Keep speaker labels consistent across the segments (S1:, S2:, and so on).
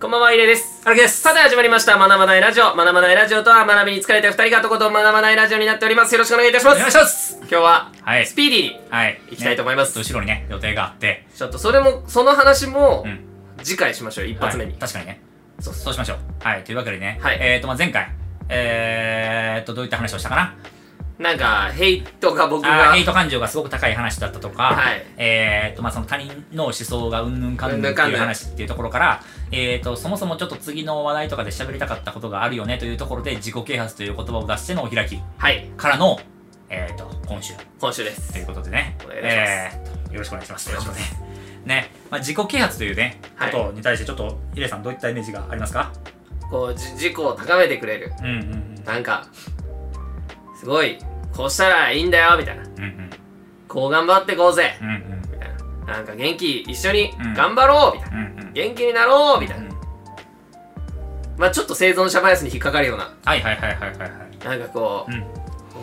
S1: 入れです。
S2: 荒木です
S1: さて始まりました、学ばないラジオ。学ばないラジオとは、学びに疲れた二人がとことん学ばないラジオになっております。よろしくお願いいたしま
S2: お
S1: す。
S2: 願いします
S1: 今日は、
S2: はい
S1: スピーディーに、
S2: はい
S1: 行きたいと思います
S2: ねちょっと後ろにね予定があって
S1: ちょっとそれも、その話も
S2: う、ん
S1: 次回しましょう、一発目に。
S2: はい確かにね
S1: そうそ
S2: そうしましょうはいというわけでね、
S1: はい
S2: えーとまあ前回えーとどういった話をしたかな
S1: う。なんか、ヘイトが僕
S2: あ
S1: が
S2: ー、ヘイト感情がすごく高い話だったとか、
S1: はい
S2: えーとまあ、その他人の思想がうんぬんかんぬんって
S1: うんぬんかん
S2: い
S1: ぬ
S2: うん話っていうところから、えー、とそもそもちょっと次の話題とかで喋りたかったことがあるよねというところで自己啓発という言葉を出してのお開き
S1: はい、
S2: からの、えー、と今週
S1: 今週です
S2: とい。うことでね、
S1: お願いします
S2: えーよろしくお願いします。ということでね、まあ、自己啓発というね、
S1: はい
S2: ことに対してちょっとヒデさんどういったイメージがありますか？
S1: こう、じ自己を高めてくれる。
S2: うんうん
S1: なんか、すごい、こうしたらいいんだよ、みたいな。
S2: うんうん
S1: こう頑張ってこうぜ、
S2: うんうん
S1: みたいな。なんか元気、一緒に
S2: うん
S1: 頑張ろう、みたいな。
S2: うんうん
S1: 元気になろう、みたいな。
S2: うん
S1: まあちょっと生存者バイアスに引っかかるような、
S2: はいはいはいはいはいはい。
S1: なんかこ
S2: うん
S1: う、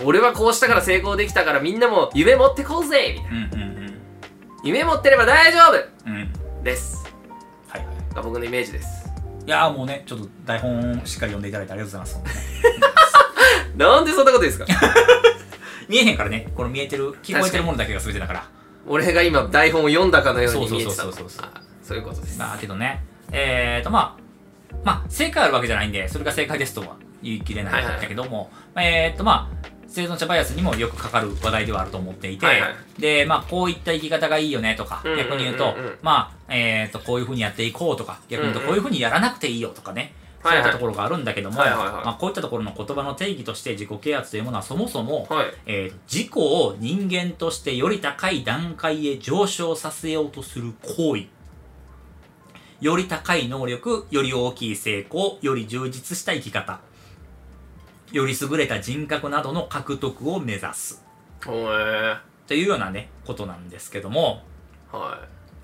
S1: 俺はこうしたから成功できたからみんなも夢持ってこうぜみたいな。
S2: うんうん
S1: 夢持ってれば大丈夫
S2: うんうん
S1: です。
S2: はいはい。
S1: が僕のイメージです。
S2: いやーもうね、ちょっと台本をしっかり読んでいただいてありがとうございます。
S1: なんでそんなことですか
S2: 見えへんからね、この見えてる、聞こえてるものだけが全てだから。
S1: 俺が今台本を読んだかのように見えてた
S2: そ
S1: の
S2: うそうそうそうそう
S1: あそういうことです。
S2: まあけどね、えーとまあ、まあ正解あるわけじゃないんで、それが正解ですとは言い切れないんだけども、えーとまあ、生存者バイアスにもよくかかる話題ではあると思っていて、
S1: はいは
S2: で、まあこういった生き方がいいよねとか、
S1: うんうんうんうん
S2: 逆に言うと、まあ、えーとこういうふうにやっていこうとか、逆
S1: う
S2: に言う
S1: んう
S2: と
S1: ん
S2: こういうふうにやらなくていいよとかね、
S1: はいはい
S2: そういったところがあるんだけども、
S1: はいはいはい
S2: まあ、こういったところの言葉の定義として自己啓発というものはそもそも、
S1: はい。
S2: えーと自己を人間としてより高い段階へ上昇させようとする行為より高い能力より大きい成功より充実した生き方より優れた人格などの獲得を目指す
S1: ほえ
S2: というようなねことなんですけども、
S1: ー。は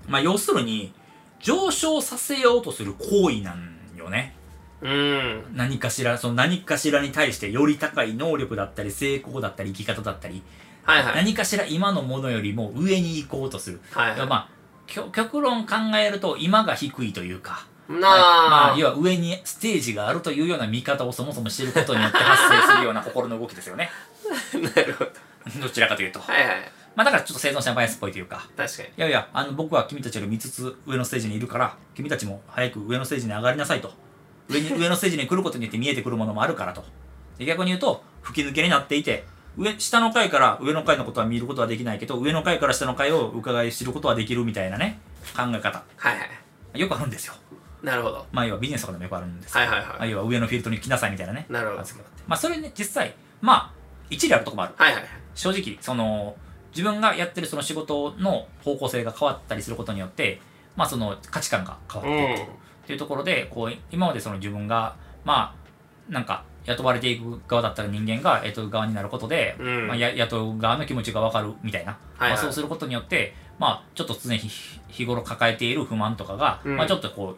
S2: まあ、要するに上昇させようとする行為なんよね
S1: い。うーん。
S2: 何かしらその何かしらに対してより高い能力だったり成功だったり生き方だったり
S1: はいはい。
S2: 何かしら今のものよりも上に行こうとする。
S1: はいはい。
S2: まあ、極極論考えると今が低いというか、
S1: な
S2: ま
S1: あ、
S2: あ、要は上にステージがあるというような見方をそもそも知ることによって発生するような心の動きですよね。
S1: なるほど。
S2: どちらかというと。
S1: はいはい。
S2: まあだからちょっと生存者バイアスっぽいというか、
S1: 確かに。
S2: いやいや、あの僕は君たちより3つ上のステージにいるから、君たちも早く上のステージに上がりなさいと。上 に上のステージに来ることによって見えてくるものもあるからと。で逆に言うと、吹き抜けになっていて、上、下の階から上の階のことは見ることはできないけど、上の階から下の階を伺い知ることはできるみたいなね、考え方。
S1: はいはい。
S2: よくあるんですよ。
S1: なるほど。
S2: まあ要はビジネスとかでもよくあるんです
S1: はいはい
S2: ま
S1: は
S2: あ
S1: い。
S2: 要は上のフィールドに来なさいみたいなね。
S1: なるほど。
S2: まあそれね、実際、まあ、一理あるとこもある。
S1: はいはい。
S2: 正直その自分がやってるその仕事の方向性が変わったりすることによって、まあ、その価値観が変わっていく
S1: う
S2: っていうところでこう今までその自分がまあなんか雇われていく側だった人間が雇う側になることで、
S1: うん
S2: まあ、や雇う側の気持ちが分かるみたいな、
S1: はいはい
S2: まあ、そうすることによって、まあ、ちょっと常日日頃抱えている不満とかが、
S1: うん
S2: まあ、ちょっとこ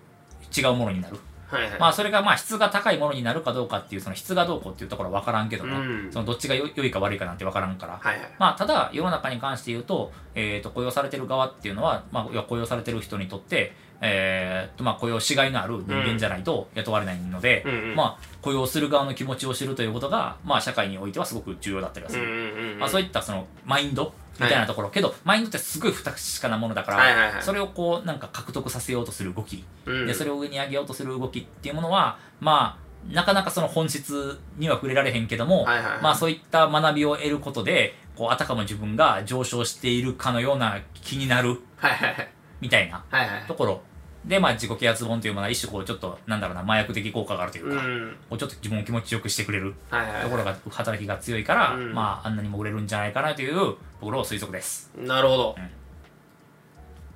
S2: う違うものになる
S1: ん。はいはい。
S2: まあそれがまあ質が高いものになるかどうかっていうその質がどうこうっていうところは分からんけども、
S1: うん
S2: そのどっちがよ良いか悪いかなんて分からんから、
S1: はいはい。
S2: まあただ世の中に関して言うと,、えー、と雇用されてる側っていうのは、まあ、要は雇用されてる人にとって、えーとまあ、雇用しがいのある人間じゃないと雇われないので、
S1: うんうん
S2: まあ、雇用する側の気持ちを知るということが、まあ、社会においてはすごく重要だったりはす
S1: うん
S2: る、
S1: うんうん。
S2: まあ、そういったそのマインドみたいなところ、けどマインドってすごい不確かなものだから、
S1: はいはいはい
S2: それをこうなんか獲得させようとする動き
S1: うん
S2: でそれを上に上げようとする動きっていうものはまあなかなかその本質には触れられへんけども、
S1: はいはいはい
S2: まあそういった学びを得ることでこうあたかも自分が上昇しているかのような気になる
S1: はいはいはい。
S2: みたいな
S1: はいはい。
S2: ところでまあ自己啓発本というものは一種こうちょっとなんだろうな麻薬的効果があるという
S1: う
S2: か、
S1: ん。
S2: こうちょっと自分を気持ちよくしてくれる
S1: はいはい。
S2: ところが働きが強いから、
S1: うん
S2: まああんなにも売れるんじゃないかなというところを推測です。
S1: なるほど。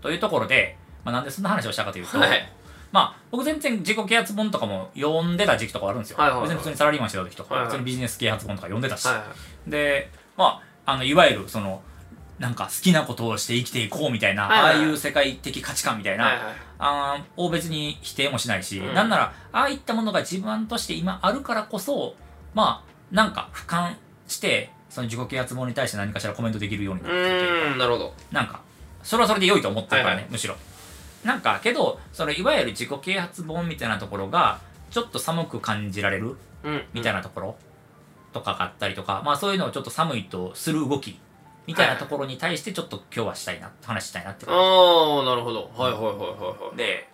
S2: というところで、まあ、なんでそんな話をしたかというと、
S1: はい
S2: まあ、僕全然自己啓発本とかも読んでた時期とかあるんですよ。
S1: はいはいはい
S2: 別に普通にサラリーマンしてた時とか、
S1: はいはい
S2: 普通にビジネス啓発本とか読んでたし。
S1: はいは
S2: で、まあ、あの、いわゆるその、なんか好きなことをして生きていこうみたいな、
S1: はいはい
S2: ああいう世界的価値観みたい
S1: い。
S2: な、
S1: はいはい。
S2: あーを別に否定もしないし、
S1: うん
S2: なんなら、ああいったものが自分として今あるからこそ、まあ、なんか俯瞰して、その自己啓発本に対して何かしらコメントできるように
S1: う
S2: なってるというか
S1: ーん、なるほど。
S2: なんか、それはそれで良いと思ってるからね、
S1: はい
S2: むしろ。なんかけどそのいわゆる自己啓発本みたいなところがちょっと寒く感じられる
S1: うん。
S2: みたいなところとかがあったりとか、まあそういうのをちょっと寒いとする動きみたいなところに対してちょっと今日はしたいな話したいなって
S1: ああ、なるほど。はいはいはいはいはい。
S2: で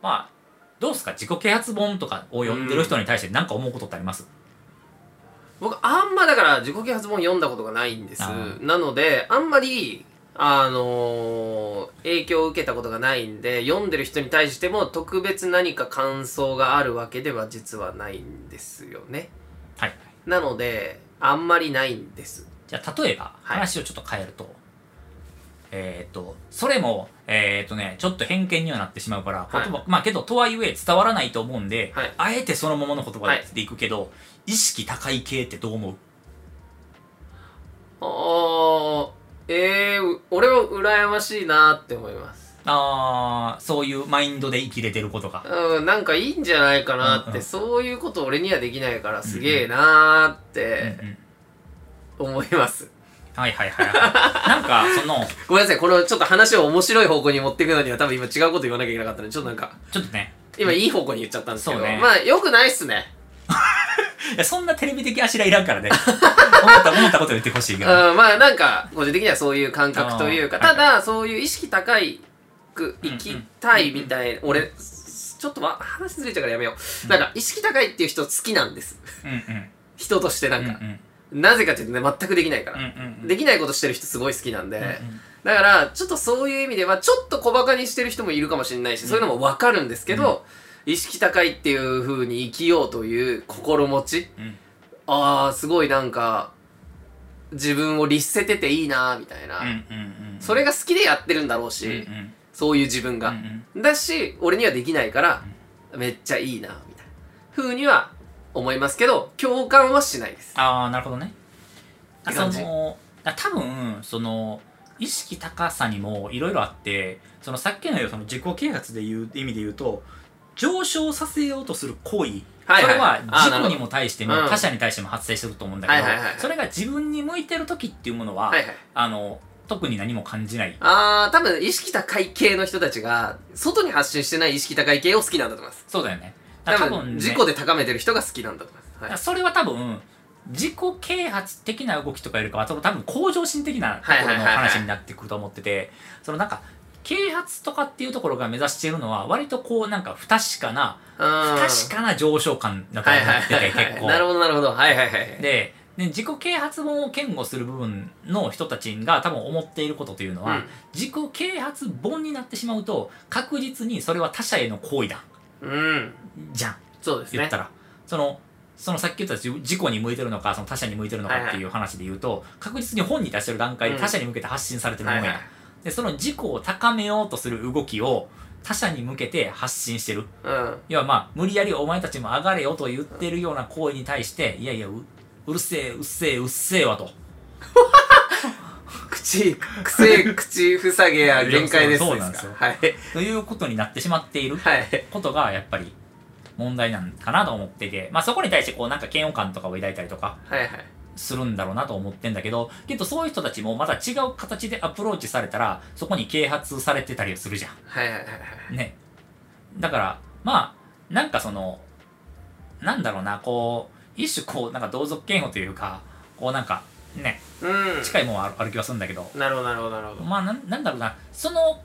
S2: まあどうですか自己啓発本とかを読んでる人に対して何か思うことってあります、
S1: 僕、あんまだから自己啓発本読んだことがないんです
S2: あー。
S1: なので、あんまり、あのー影響を受けたことがないんで、読んでる人に対しても特別何か感想があるわけでは実はないんですよね。
S2: はいはい
S1: なので、あんまりないんです。
S2: じゃあ例えば
S1: はい
S2: 話をちょっと変えると、えーっとそれもえーっとねちょっと偏見にはなってしまうから、
S1: はい
S2: 言葉まあけどとはいえ伝わらないと思うんで、
S1: はい
S2: あえてそのままの言葉でいくけど、意識高い系ってどう思う
S1: ああ、えー、俺は羨ましいなって思います。
S2: あーそういうマインドで生きれてることが
S1: うん、なんかいいんじゃないかなって、
S2: うんうん
S1: そういうこと俺にはできないからすげえなーっ
S2: うん
S1: て
S2: うん
S1: 思います。
S2: はいはいはいはい。なんか、その、
S1: ごめんなさい、このちょっと話を面白い方向に持っていくのには多分今違うこと言わなきゃいけなかったので、ちょっとなんか、
S2: ちょっとね、
S1: 今いい方向に言っちゃったんですけど、
S2: そうね
S1: まあ良くないっすね。
S2: いやそんなテレビ的あしらいらんからね。思った、思ったこと言ってほしいけ
S1: うん、
S2: ど。は
S1: まあなんか、個人的にはそういう感覚というか、
S2: あーは
S1: た
S2: い
S1: だ、そういう意識高いく生きたいみたいな、俺、ちょっとわ話ずれちゃうからやめよう。なんか、意識高いっていう人好きなんです。
S2: うんうん。
S1: 人としてなん
S2: うんう
S1: か、
S2: ん。
S1: なぜかっていうとね、全くできないか
S2: うん
S1: ら。
S2: うん。
S1: できないことしてる人すごい好きなんで、
S2: うんうん
S1: だから、ちょっとそういう意味では、ちょっと小馬鹿にしてる人もいるかもしれないし、そういうのもわかるんですけど、意識高いっていう風に生きようという心持ち、
S2: うん
S1: あー、すごいなんか、自分を律せてていいなーみたいな、
S2: うんうんうん。
S1: それが好きでやってるんだろうし、
S2: うんうん
S1: そういう自分が
S2: う、ん
S1: だし、俺にはできないから、めっちゃいいなーみたいな、風には思いますけど、共感はしないです。
S2: ああ、なるほどね。
S1: って
S2: そ
S1: 感じ
S2: の、だ多分、その、意識高さにもいろいろあって、そのさっきのようその自己啓発でいう意味で言うと、上昇させようとする行為、
S1: はいはい
S2: それ
S1: あーな
S2: は
S1: る
S2: 事
S1: ほ
S2: 故
S1: ど
S2: にも対しても
S1: うん
S2: 他者に対しても発生すると思うんだけど、
S1: はいはいはいはい
S2: それが自分に向いてる時っていうものは、
S1: はいはい。
S2: あの特に何も感じない
S1: あー、多分意識高い系の人たちが、外に発信してない意識高い系を好きなんだと思います。
S2: そうだよねだ
S1: 多
S2: から
S1: 分、
S2: 多分ね
S1: 自己で高めてる人が好きなんだと思います。はい
S2: それは多分自己啓発的な動きとかよりかはその多分向上心的なとこ
S1: はいは
S2: ろ
S1: い
S2: の
S1: はいはい
S2: 話になってくると思っててそのなんか啓発とかっていうところが目指しているのは割とこうなんか不確かな不
S1: うん。
S2: 確かな上昇感だと
S1: は
S2: 思
S1: いはい
S2: って
S1: はい
S2: て
S1: はい。
S2: 結構
S1: なるほどなるほど。はいはいはい。
S2: でで自己啓発本を堅護する部分の人たちが多分思っていることというのは、
S1: うん
S2: 自己啓発本になってしまうと確実にそれは他者への行為だ
S1: うん。
S2: じゃん
S1: そうですね。
S2: 言ったら、そのそのさっき言った自自己に向いてるのかその他者に向いてるのかっていう話で言うと、確実に本に出してる段階
S1: う
S2: で
S1: ん
S2: 他者に向けて発信されてるも
S1: は
S2: の
S1: い
S2: や、
S1: はい。
S2: でその自己を高めようとする動きを他者に向けて発信してる
S1: うん。
S2: 要はまあ無理やりお前たちも上がれよと言ってるような行為に対していやいやううるせえうっせえうっせえわと
S1: 口、 癖、口ふさげや限界です。
S2: そうなんですよ
S1: はい。
S2: ということになってしまっている
S1: はい。
S2: ことがやっぱり問題なんかなと思ってて、まあ、そこに対してこうなんか嫌悪感とかを抱いたりとか
S1: はいはい。
S2: するんだろうなと思ってんだけどけどそういう人たちもまた違う形でアプローチされたらそこに啓発されてたりするじゃ
S1: はいはいはい。
S2: んねだからまあなんかそのなんだろうなこう一種こうなんか同族嫌悪というかこうなんかね
S1: うん。
S2: 近いもんはあるある気はするんだけど
S1: なるほどなるほどなるほ
S2: まあなんなんだろうなその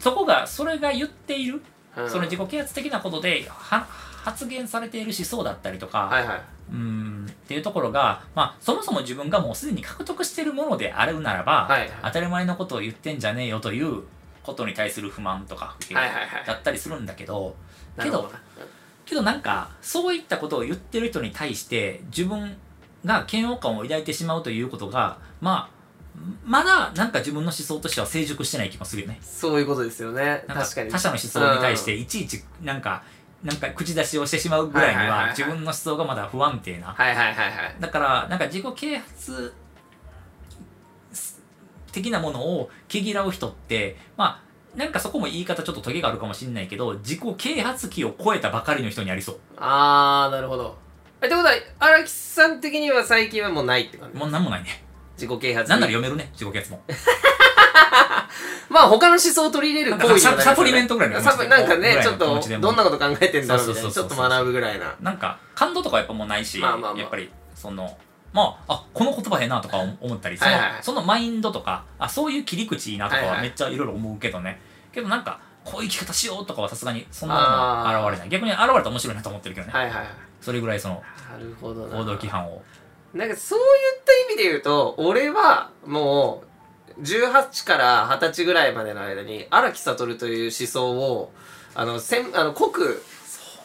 S2: そこがそれが言っている
S1: ど。うん
S2: その自己啓発的なことでは発言されている思想だったりとか、
S1: はいはい。
S2: うーんっていうところが、まあ、そもそも自分がもうすでに獲得しているものであるならば、
S1: はいはい
S2: 当たり前のことを言ってんじゃねえよということに対する不満とか
S1: はいはいはい
S2: だったりするんだけど、
S1: な
S2: け
S1: るほ
S2: ど
S1: な
S2: けどなんかそういったことを言ってる人に対して自分が嫌悪感を抱いてしまうということがまあまだなんか自分の思想としては成熟してない気もするよね。
S1: そういうことですよね。
S2: なんか
S1: 確かに。
S2: 他者の思想に対していちいちなんかなんか口出しをしてしまうぐらい
S1: は
S2: に
S1: いはいはい
S2: は
S1: はい
S2: 自分の思想がまだ不安定な
S1: はいはいはいはい。
S2: だからなんか自己啓発的なものを毛嫌う人ってまあなんかそこも言い方ちょっとトゲがあるかもしれないけど自己啓発期を超えたばかりの人にありそ
S1: あー、なるほど。え、ってことは、荒木さん的には最近はもうないって感
S2: う
S1: じ
S2: もうなんもないね
S1: 自己啓発
S2: なんなら読めるね自己啓発も
S1: まあ他の思想を取り入れる行為ではないですよね
S2: サプリメントぐらいの気持
S1: サ
S2: ちで
S1: プなんか
S2: ぐ
S1: ね
S2: らい
S1: ち
S2: の
S1: ょっ
S2: 気
S1: と
S2: 持ちでも
S1: どんなこと考えてんだろうみたいなち
S2: そうそ
S1: ょ
S2: うそう
S1: っ
S2: そ
S1: と
S2: う
S1: 学ぶぐらいな
S2: なんか感動とかやっぱもうないし、
S1: まあまあまあ
S2: やっぱりそのまああこの言葉へなとか思思ったりその,、
S1: はいはい
S2: そのマインドとかあそういう切り口いいなとか
S1: はい
S2: は
S1: はい
S2: めっちゃいろいろ思うけどね、けどなんかこういう生き方しようとかはさすがにそんなのは現れない逆に現れたら面白いなと思ってるけどね、
S1: はいはいはい
S2: それぐらいその
S1: なるほどな
S2: 行動規範を
S1: なんかそういった意味で言うと俺はもう18から20歳ぐらいまでの間に荒木悟という思想をあのせんあの濃く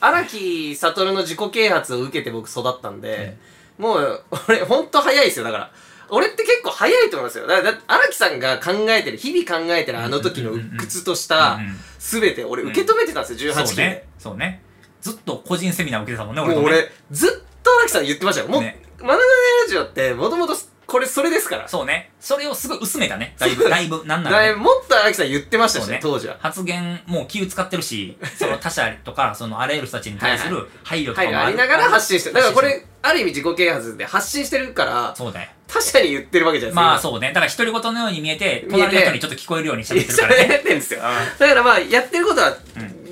S1: 荒木悟の自己啓発を受けて僕育ったんで、もう俺ほんと早いですよだから俺って結構早いと思いますよだだって荒木さんが考えてる日々考えてるあの時の鬱屈とした
S2: うんうん
S1: 全て俺受け止めてたんですよ18
S2: そ
S1: 期
S2: う
S1: で、
S2: ねそうねずっと個人セミナー受けてたもんね俺
S1: もう
S2: とね
S1: 俺ずっと荒木さん言ってましたよもう、
S2: ね
S1: 学ばないラジオってもともとこれそれですから
S2: そうねそれをすごい薄めたねだい
S1: そ
S2: ぶ
S1: う
S2: だいぶなんなら、
S1: だいぶもっと荒木さん言ってました
S2: そう
S1: し
S2: ね
S1: ね、当時は。
S2: 発言もう気を使ってるし、その他者とか、そのあらゆる人たちに対する配慮とか
S1: 配
S2: も
S1: 慮ありながら発信してる。だからこ、れ、ある意味自己啓発で発信してるから、
S2: そうだよ。
S1: 他者に言ってるわけじゃ
S2: ま
S1: な
S2: あ
S1: いですか。
S2: そうね。だから独り言のように見えて、
S1: 見えて
S2: 隣の人にちょっと聞こえるように喋ってる
S1: 一
S2: か
S1: 緒
S2: ら
S1: にや
S2: ね。
S1: ってるんですよ。だからまあ、やってることは、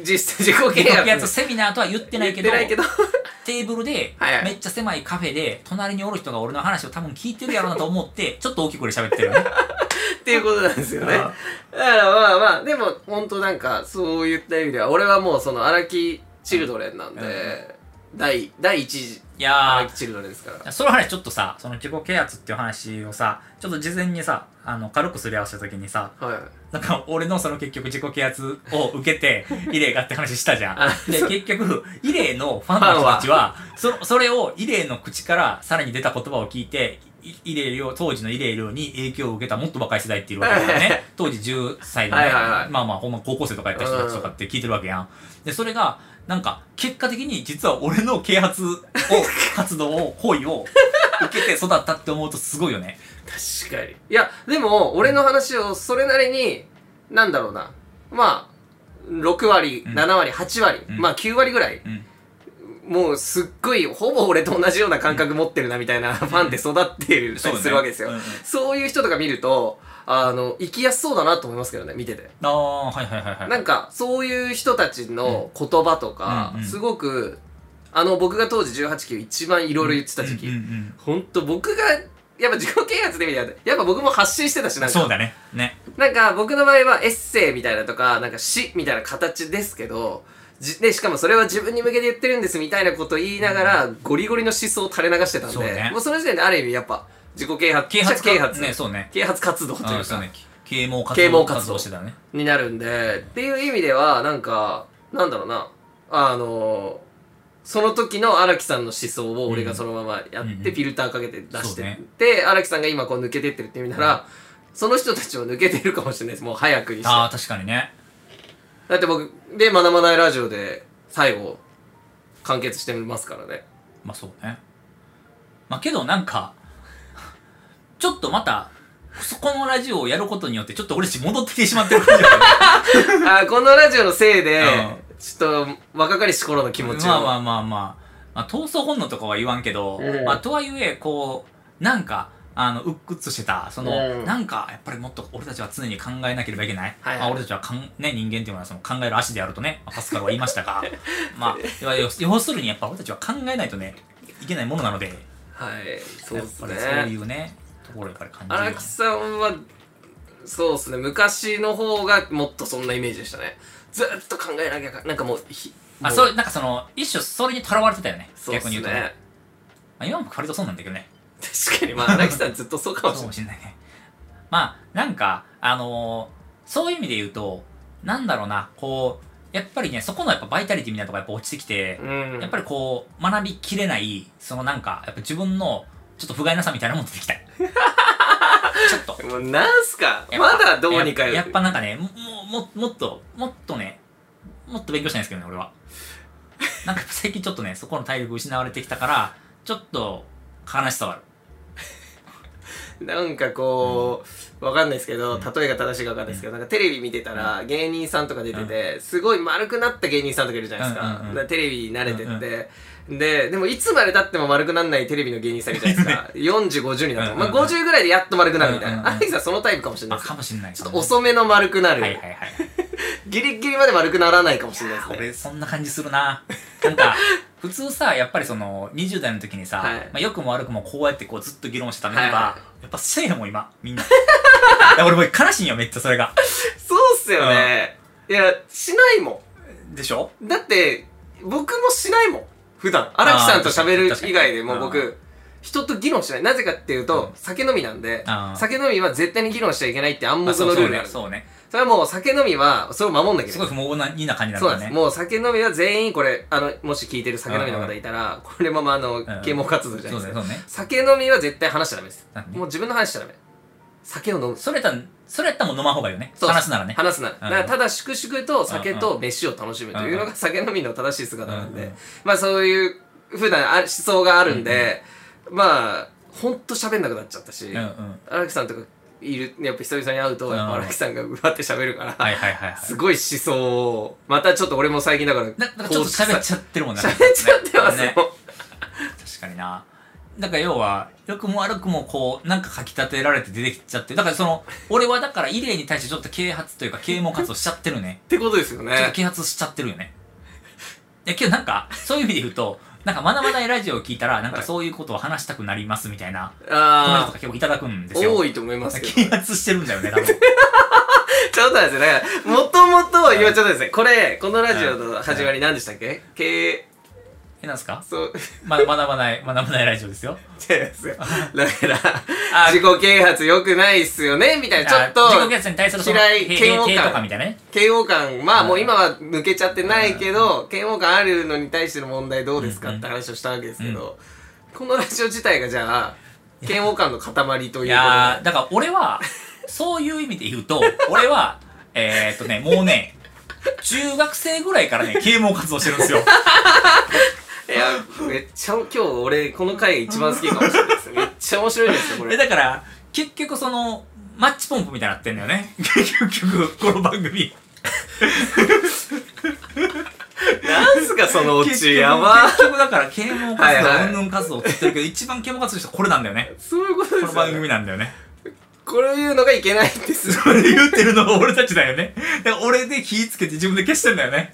S1: 実質自己
S2: で、
S1: 啓
S2: や
S1: 発。
S2: つセミナーとは言ってな
S1: 言
S2: い
S1: っ
S2: け
S1: て
S2: ど、
S1: ないけど、
S2: テーブルで
S1: はいは、い
S2: めっちゃ狭いカフェで、隣におる人が俺の話を多分聞いてるやろうなと思って、ちょっと大きく俺喋ってるよね。
S1: っていうことなんですよね。だ
S2: あ
S1: からまあまあ、でも本当なんか、そういった意味では、俺はもうその荒木チルドレンなん
S2: うん
S1: で、第、第一次
S2: いやー
S1: 荒、木チルドレンですから。
S2: その話ちょっとさ、その自己啓発っていう話をさ、ちょっと事前にさ、あの、軽くすり合わせた時にさ、
S1: はい。
S2: なんか俺のその結局自己啓発を受 けて、イレイがって話したじゃ
S1: あ
S2: ん。で、結局、イレイのファンの人たちは、そそれをイレイの口からさらに出た言葉を聞いて、いイレイを、当時のイレイ寮に影響を受けたもっと若い世代っているわけだから
S1: はいは
S2: ね。当時10歳のね、
S1: はいはいはい
S2: まあまあほんま高校生とかやった人たちとかって聞いてるわけやん。で、それが、なんか、結果的に実は俺の啓発を、活動を、行為を受けて育ったって思うとすごいよね。
S1: 確かにいやでも俺の話をそれなりになんだろうなまあ6割、
S2: うん
S1: 7割8割、
S2: うん
S1: まあ9割ぐらい
S2: うん。
S1: もうすっごいほぼ俺と同じような感覚持ってるなみたいなファンで育ってるたりするわけですよ、
S2: うんうん
S1: そういう人とか見るとあの生きやすそうだなと思いますけどね見てて
S2: ああ、はいはいはいはい。
S1: なんかそういう人たちの言葉とか、
S2: うんうん
S1: すごくあの僕が当時18級一番いろいろ言ってた時期、
S2: うんうんうん
S1: ほんと僕がやっぱ自己啓発でみたいなやっぱ僕も発信してたしなんか
S2: そうだね。ね。
S1: なんか僕の場合はエッセイみたいなとか、なんか詩みたいな形ですけど、じで、しかもそれは自分に向けて言ってるんですみたいなことを言いながら、ゴリゴリの思想を垂れ流してたんで、
S2: そうね
S1: もうその時点である意味やっぱ、自己啓発、
S2: 啓発
S1: 自己啓発、
S2: ね、そうね。
S1: 啓発活動という
S2: あそう
S1: か、
S2: ね。啓蒙活動。
S1: 啓蒙活動
S2: してたね。
S1: になるんで、っていう意味では、なんか、なんだろうな、あのーその時の荒木さんの思想を俺がそのままや
S2: う
S1: っ
S2: んうん
S1: て、フィルターかけて出
S2: そ
S1: し
S2: うね
S1: てって、荒木さんが今こう抜けてってるって意味なら、その人たちも抜けてるかもしれないです。もう早くにして。
S2: ああ、確かにね。
S1: だって僕、で、学ばないラジオで最後、完結してますから ね。
S2: まあそうね。まあけどなんか、ちょっとまた、そこのラジオをやることによって、ちょっと俺たち戻ってきてしまってる感じがある
S1: あー、このラジオのせいで
S2: う、
S1: ちょっと若かりし頃の気持ちを。
S2: まあまあまあまあ。まあ、闘争本能とかは言わんけど、
S1: うん
S2: まあとはいえ、こう、なんか、あの、うっくっとしてた、その、
S1: うん
S2: なんか、やっぱりもっと俺たちは常に考えなければいけない。
S1: はいはい
S2: まあ、俺たちはかん、ね、人間っていうのはその考える足であるとね、まあパスカルは言いました が、まあ、要要するにやっぱ俺たちは考えないとね、いけないものなので、
S1: はい、そう
S2: やっ
S1: です
S2: ぱりそうい
S1: ね。
S2: うね、ところをやっぱり感じるよ
S1: 荒
S2: ね
S1: 木さんは、そうですね、昔の方がもっとそんなイメージでしたね。ずーっと考えなきゃか、なんかもう、ひ
S2: あ、
S1: も
S2: そう、なんかその、一種それにとらわれてたよね。
S1: そうで
S2: 逆
S1: す
S2: に言うとね。
S1: ね。
S2: まあ、今も割とそうなんだけどね。
S1: 確かに、まあ荒木さんずっとそうかもしれな
S2: そうかも
S1: い。
S2: しれないね。まあ、なんか、あのーそういう意味で言うと、なんだろうな、こう、やっぱりね、そこのやっぱバイタリティみたいなとこやっぱ落ちてきて、
S1: うん。
S2: やっぱりこう、学びきれない、そのなんか、やっぱ自分の、ちょっと不甲斐なさみたいなのも出てきたい。ちょっと。
S1: もうなんすか
S2: やっぱ
S1: まだどうにか
S2: やっぱやっぱなんかね、もももっと、もっとね、もっと勉強したいんですけどね、俺は。なんか最近ちょっとね、そこの体力失われてきたから、ちょっと悲しさはある。
S1: なんかこう、わかんないですけど、例えが正しいかわかんないですけど、なんかテレビ見てたら、芸人さんとか出てて、すごい丸くなった芸人さんとかいるじゃないですか。
S2: うんうんうん
S1: だからテレビに慣れてって、
S2: うんうん
S1: で、でもいつまで経っても丸くならないテレビの芸人さんみたいですか。40、50になっても。
S2: うん
S1: ま
S2: う
S1: あ、
S2: んうん
S1: 50ぐらいでやっと丸くなるみたい
S2: うんうん
S1: な。
S2: うん
S1: 荒木さんそのタイプかもしれな
S2: あ
S1: いです
S2: か
S1: ね。
S2: もしれない
S1: ちょっと遅めの丸くなる。
S2: はいはいはいはい
S1: ギリギリまで丸くならないかもしれないですね。
S2: 俺そんな感じするなな んか普通さやっぱりその20代の時にさ、
S1: はい
S2: まあ、良くも悪くもこうやってこうずっと議論してたのに
S1: は
S2: ば、
S1: いは
S2: やっぱせえへんもん今 みんないや俺もう悲しいんよめっちゃそれが
S1: そうっすよね。いや、しないも
S2: でしょ
S1: ん。だって、僕もしないもん。普段。荒木さんと喋
S2: 確か
S1: る
S2: に
S1: 以外でも
S2: 確かに
S1: 僕、人と議論しない。なぜかっていうと、酒飲みなんで
S2: あ、ー
S1: 酒飲みは絶対に議論しちゃいけないって暗
S2: ま
S1: 黙
S2: あそう
S1: の
S2: そ
S1: ルール
S2: う
S1: が
S2: ね
S1: ある。そ
S2: そうね
S1: れはもう酒飲みは、それを守んなきゃいけ
S2: す
S1: な
S2: ご
S1: い
S2: い。不毛なにな感じになる
S1: そう
S2: か
S1: な
S2: ら
S1: んです。
S2: ね
S1: もう酒飲みは全員これ、あの、もし聞いてる酒飲みの方いたら、これもまああの
S2: ん、
S1: 啓蒙活動じゃない
S2: そ
S1: で
S2: う
S1: す
S2: ね
S1: か。
S2: そうね
S1: 酒飲みは絶対話しちゃダメです
S2: なん。で
S1: もう自分の話しちゃダメ。酒を飲む。
S2: それやったらそれやったらもう飲まん方がいいよね
S1: そう
S2: 話すならね
S1: 話すなら。
S2: うん
S1: だからただ粛々と酒と飯を楽しむというの
S2: うん
S1: が酒飲みの正しい姿なん
S2: うんう
S1: で
S2: ん、
S1: まあそういう普段あ思想があるんで、まあ、ほんと喋んなくなっちゃったし
S2: うんう、ん
S1: 荒木さんとかいる、やっぱ久々に会うと、
S2: うん
S1: やっぱ荒木さんがうわって喋るから、
S2: はいはいはいはい
S1: すごい思想を、またちょっと俺も最近だから、
S2: ななんかちょっと喋っちゃってるもんな
S1: 喋っちゃってますよ。
S2: ね確かにな。なんか要は、良くも悪くもこう、なんかかき立てられて出てきちゃって、だからその、俺はだから異例に対してちょっと啓発というか啓蒙活動しちゃって るね
S1: っ。てことですよ
S2: ちょっと
S1: ね。
S2: 啓発しちゃってるよね。いやけどなんか、そういう意味で言うと、なんか学ばないラジオを聞いたら、なんかそういうことを話したくなりますみたいな、コメントと
S1: あ
S2: か結構いただくん
S1: ー
S2: ですよ。
S1: 多いと思いますけど。
S2: 啓発してるんだよね、多分。
S1: ちょっと待ってですね。だから、もともと、今ちょっとですね、これ、このラジオの始まり何でしたっけ経営、
S2: え、なんすか
S1: そう、
S2: まだ学ばない、学ばないラジオですよ。
S1: じゃないですよ。だから
S2: あ、
S1: 自己啓発良くないっすよねみたいな、ちょっ
S2: あ自己
S1: と、
S2: 啓発に対するその、
S1: 嫌い
S2: へへ
S1: 嫌悪感
S2: へとかみたいなね。
S1: 嫌悪感、まあ
S2: うん
S1: もう今は抜けちゃってないけど、嫌悪感あるのに対しての問題どうですかって話をしたわけですけど、このラジオ自体がじゃあ、嫌悪感の塊ということ
S2: い
S1: で
S2: やー、だから俺は、そういう意味で 言うと、俺は、えーっとね、もうね、中学生ぐらいからね、啓蒙活動してるん ですよ。
S1: いや、めっちゃ、今日俺、この回一番好きかもしれ ないです。めっちゃ面白いですよ、こ
S2: え、
S1: れ。
S2: だから、結局その、マッチポンプみたいになってんだよね。結局、この番組。
S1: なんすか、そのオ
S2: 結
S1: チ、
S2: 局
S1: やば
S2: 結局だから、啓蒙
S1: は
S2: 活
S1: いはい
S2: 動、うんぬん活動って言ってるけど、一番啓蒙活動してる人これなんだよね。
S1: そういうこと
S2: こ
S1: で
S2: の
S1: すよ、
S2: 番
S1: ね。
S2: 組なんだよね。
S1: これを言うのがいけないんですよ。
S2: それ言ってるのは俺たちだよね。だから俺で火つけて自分で消してんだよね。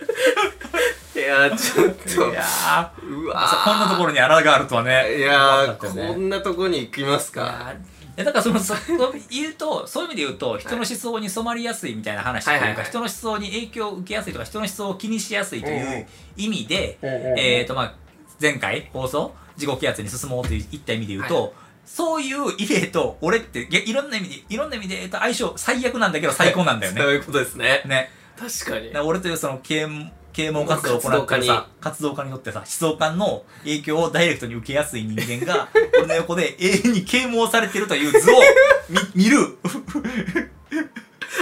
S1: いや、ちょっ
S2: いや
S1: と、
S2: ー。
S1: うわ
S2: まさ
S1: ー
S2: こんなところに穴があるとはね。
S1: いや
S2: 思わなかったよね
S1: ー、こんなとこに行きますか。
S2: いやだからそのそそう言うとそういう意味で言うと人の思想に染まりやすいみたいな話というか、
S1: はいはいはい
S2: 人の思想に影響を受けやすいとか人の思想を気にしやすいという意味で、
S1: うんうんうん
S2: えーとまあ、前回放送自己啓発に進もうといった意味で言うと、
S1: は
S2: そういう異例と俺っていやいろんな意味でいろんな意味で、えーと、相性最悪なんだけど最高なんだ よ
S1: そ
S2: ね。
S1: ういうことですね。
S2: ね
S1: 確かに
S2: だか。ら俺というその啓啓蒙活動を行ってるさ活動家にとってさ思想家の影響をダイレクトに受けやすい人間が 俺の横で永遠に啓蒙されてるという図を 見見る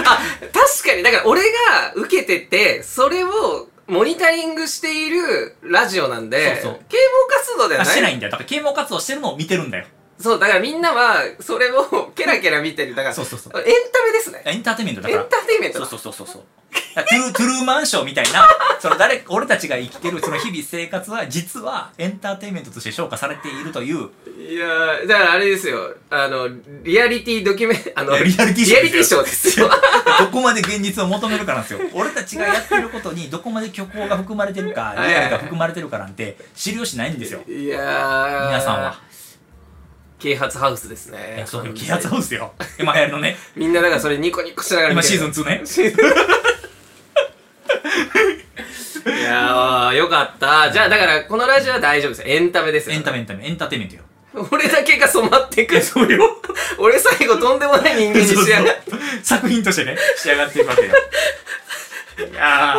S1: あ、確かに、だから俺が受けてて、それを、モニタリングしているラジオなんで、
S2: そうそう
S1: 啓蒙活動では
S2: あ
S1: ない。
S2: してないんだよだから啓蒙活動してるのを見てるんだよ
S1: そう、だからみんなは、それをケラケラ見てる。だから、
S2: そうそうそう
S1: エンタメですね。
S2: エンターテインメントだ
S1: エ
S2: か
S1: ン
S2: ら
S1: ターテインメント
S2: そう
S1: だ
S2: そうそうそうそうだからトゥルトゥルーマンショーみたいな その誰俺たちが生きてるその日々生活は実はエンターテインメントとして評価されているという
S1: いやーだからあれですよあのリアリティドキュメンあの
S2: リアリティショー
S1: リティショーですよ
S2: どこまで現実を求めるかなんです よ。俺たちがやってることにどこまで虚構が含まれてるか、
S1: いはい
S2: リアルが含まれてるかなんて知る由しないんですよ。
S1: いやー
S2: 皆さんは。
S1: 啓発ハウスです
S2: い
S1: ね
S2: や、そうよ。啓発ハウスよ。今流行りのね。
S1: みんなだからそれニコニコしながら
S2: 今
S1: 見て
S2: シ
S1: る
S2: ーズン2ね。
S1: いやーよかったじゃあだからこのラジオは大丈夫ですよエンタメですよ
S2: エンタメエンタメ、エンターテインメントよ。
S1: 俺だけが染まってくる
S2: そうよ。
S1: 俺最後とんでもない人間に
S2: そう
S1: 仕
S2: そ
S1: 上
S2: う
S1: がって
S2: 作品としてね、仕上がっていくわけよ。 いや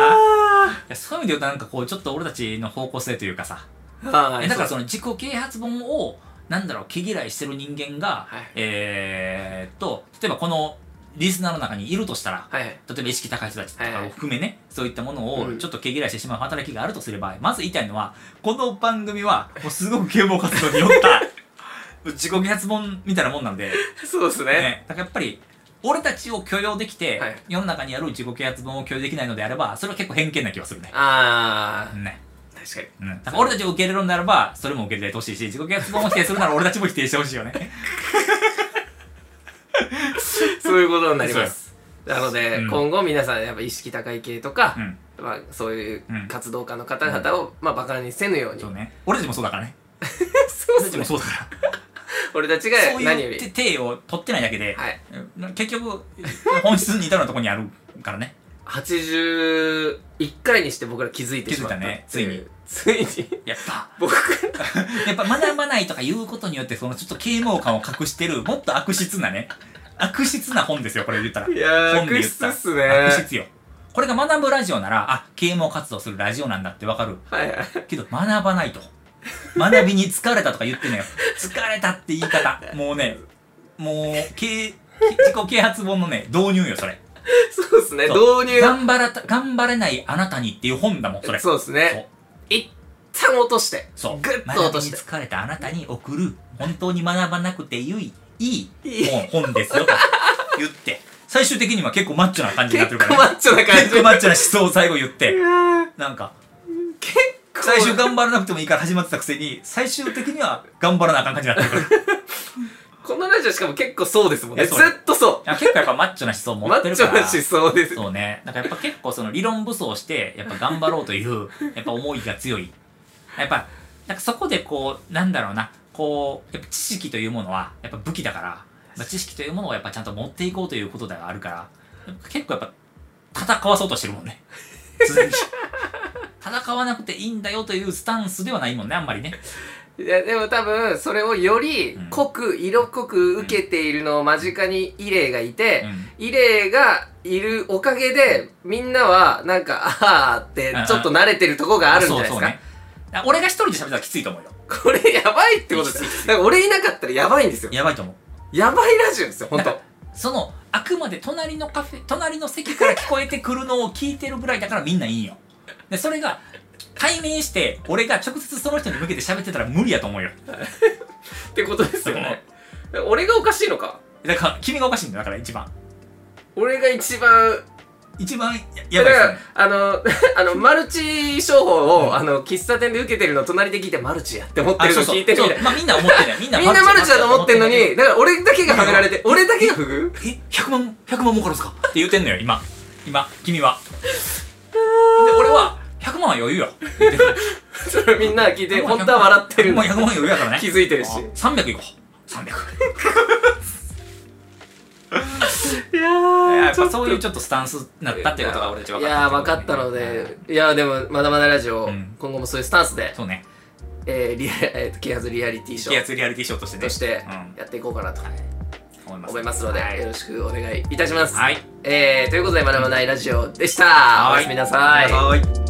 S2: ー。いやそういう意味で言うとなんかこう、ちょっと俺たちの方向性というかさ、
S1: は
S2: えだからその自己啓発本をなんだろう毛嫌いしてる人間が、
S1: はい
S2: えー、っと例えばこのリスナーの中にいるとしたら、
S1: はいはい
S2: 例えば意識高い人たちと
S1: はい
S2: か
S1: は
S2: を
S1: い
S2: 含めね、そういったもの
S1: う
S2: を
S1: ん
S2: ちょっと毛嫌いしてしまう働きがあるとすれば、まず言いたいのはこの番組はもうすごく啓蒙活動によった 自己啓発本みたいなもんなんで、
S1: そうですね
S2: ね、だからやっぱり俺たちを許容できて、
S1: はい
S2: 世の中にある自己啓発本を許容できないのであればそれは結構偏見な気がするね。
S1: あ
S2: ね
S1: ー確かに
S2: うん、だから俺たちを受け入れるんならば、それも受け入れてほしいし、自己啓発本を否定するなら俺たちも否定してほしいよね。
S1: そういうことになりますなので、
S2: うん
S1: 今後皆さんやっぱ意識高い系とか
S2: う、ん。
S1: まあ、そういう
S2: うん
S1: 活動家の方々を、まあ、バカにせぬように
S2: そうね。俺たちもそうだからね。
S1: そう
S2: 俺たちもそうだから。
S1: 俺たちが
S2: そう
S1: 何よ
S2: い
S1: り
S2: う手手を取ってないだけで、
S1: はい
S2: 結局、本質に至るようなところにあるからね。
S1: 81回にして僕ら気づいてしまったってう
S2: 気づいたね
S1: ついに
S2: やった
S1: 僕
S2: やっぱ学ばないとか言うことによって、そのちょっと啓蒙感を隠してる、もっと悪質なね、悪質な本ですよ、これ言ったら。
S1: いやー
S2: 本で言た
S1: 悪質っすね
S2: 悪質よ。これが学ぶラジオなら、あ、啓蒙活動するラジオなんだってわかる。
S1: はいはい
S2: けど、学ばないと。学びに疲れたとか言ってんのよ。疲れたって言い方。もうね、もう、け自己啓発本のね、導入よ、それ。
S1: そうですね
S2: そう
S1: 導入
S2: 頑張らた、頑張れないあなたにっていう本だもん、それ。
S1: そうですね一旦落として
S2: そう。
S1: グッと落として
S2: 学びに疲れたあなたに送る、本当に学ばなくて良い、い
S1: い
S2: い
S1: い
S2: 本本です よ、と言って。最終的には結構マッチョな感じになって
S1: 結
S2: るか
S1: 構
S2: ら
S1: マ
S2: ね。
S1: ッチョな感
S2: 結
S1: じ
S2: 構マッチョな思想を最後言って。なんか、
S1: 結構
S2: 最終頑張らなくてもいいから始まってたくせに、最終的には頑張らなあかん感じになってるか
S1: このラジオしかも結構そうですもんね
S2: いや
S1: ず
S2: そ
S1: っ
S2: う
S1: とそ
S2: ら。あ結構やっぱマッチョな思想を
S1: う
S2: 持
S1: マ
S2: って
S1: ッ
S2: る
S1: チ
S2: か
S1: ョな
S2: ら。
S1: 思想です
S2: そうね。なんかやっぱ結構その理論武装して、やっぱ頑張ろうという、やっぱ思いが強い。やっぱ、なんかそこでこう、なんだろうな、こう、やっぱ知識というものは、やっぱ武器だから、やっぱ知識というものをやっぱちゃんと持っていこうということではあるから、やっぱ結構やっぱ、戦わそうとしてるもんね。常に戦わなくていいんだよというスタンスではないもんね、あんまりね。
S1: いやでも多分それをより
S2: うん
S1: 濃く色濃く受けているのを間近にイレイがいて、
S2: うん
S1: イレイがいるおかげでみんなはなんかあーってちょっと慣れてるとこがあるんじゃないです
S2: そう
S1: か、
S2: そうね。あ俺が一人で喋ったらきついと思うよ。
S1: これやばいってことです
S2: いい
S1: だから俺いなかったらやばいんですよ
S2: やばいと思う。
S1: やばいラジオですよほん
S2: なん
S1: と
S2: かそのあくまで隣のカフェ隣の席から聞こえてくるのを聞いてるぐらいだからみんないいんよでそれが対面して俺が直接その人に向けて喋ってたら無理やと思うよ
S1: ってことですよね 俺がおかしいのか
S2: だから君がおかしいんだよだから一番
S1: 俺が一番
S2: 一番やや
S1: だ
S2: ば
S1: から
S2: いですね
S1: あの あのマルチ商法を、
S2: うん
S1: あの喫茶店で受けてるの隣で聞いてマルチやって思って
S2: あ
S1: る
S2: そ
S1: の
S2: うそう
S1: 聞いてるみたい
S2: そうまあみんな思ってないみんな
S1: みんなマルチだと思ってんの
S2: え
S1: に、だから俺だけがはめられて、俺だけが不遇
S2: 100万100万儲かるんすかって言ってんのよ今今君はで俺は100万は余裕よ
S1: それみんな聞いて、本当は笑ってる
S2: もう100万余裕やからね
S1: 気づいてるし
S2: 300いこう300
S1: いや
S2: や
S1: ー
S2: っぱそういうちょっとスタンスになったってことが俺たち分
S1: い
S2: かった。
S1: やー、分かったので、いやー、でも、まだまだラジオ、
S2: うん
S1: 今後もそういうスタンスで、
S2: そうね。
S1: えー、リア、えーと、啓発リアリティショ
S2: 気
S1: ー
S2: 圧リアリティショーとしてね。
S1: として
S2: うん、
S1: やっていこうかなと
S2: 思います。
S1: 思いますの
S2: は
S1: で、
S2: い
S1: よろしくお願いいたします。
S2: はい。
S1: えー、ということで、まだまだないラジオでした。おやすみな
S2: は
S1: さ
S2: おやすみなさい。